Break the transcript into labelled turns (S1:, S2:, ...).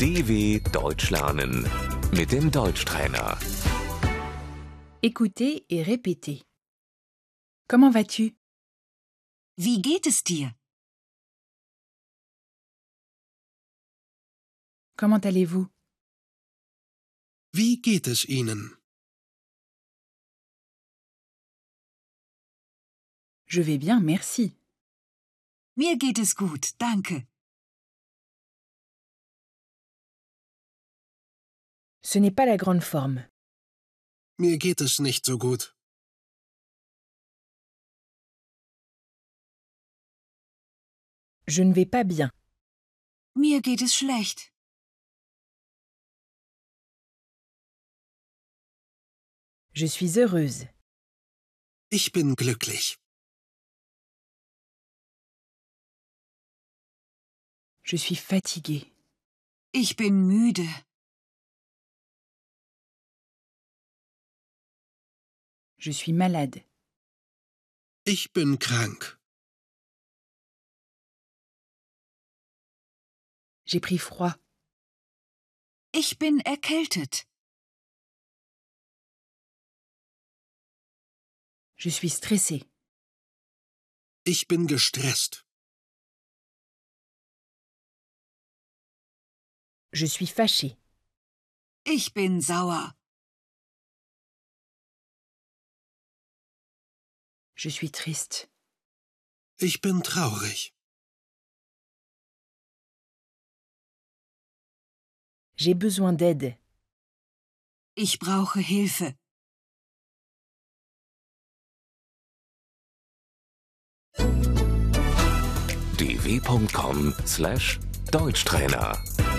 S1: DW Deutsch lernen mit dem Deutschtrainer.
S2: Écoutez et répétez. Comment vas-tu
S3: Wie geht es dir?
S2: Comment allez-vous
S4: Wie geht es Ihnen?
S2: Je vais bien, merci.
S3: Mir geht es gut, danke.
S2: Ce n'est pas la grande forme.
S4: Mir geht es nicht so gut.
S2: Je ne vais pas bien.
S3: Mir geht es schlecht.
S2: Je suis heureuse.
S4: Ich bin glücklich.
S2: Je suis fatiguée.
S3: Ich bin müde.
S2: Je suis malade.
S4: Ich bin krank.
S2: J'ai pris froid.
S3: Ich bin erkältet.
S2: Je suis stressée.
S4: Ich bin gestresst.
S2: Je suis fâchée.
S3: Ich bin sauer.
S2: Je suis triste.
S4: Ich bin traurig.
S2: J'ai besoin d'aide.
S3: Ich brauche Hilfe.
S1: dw.com/deutschtrainer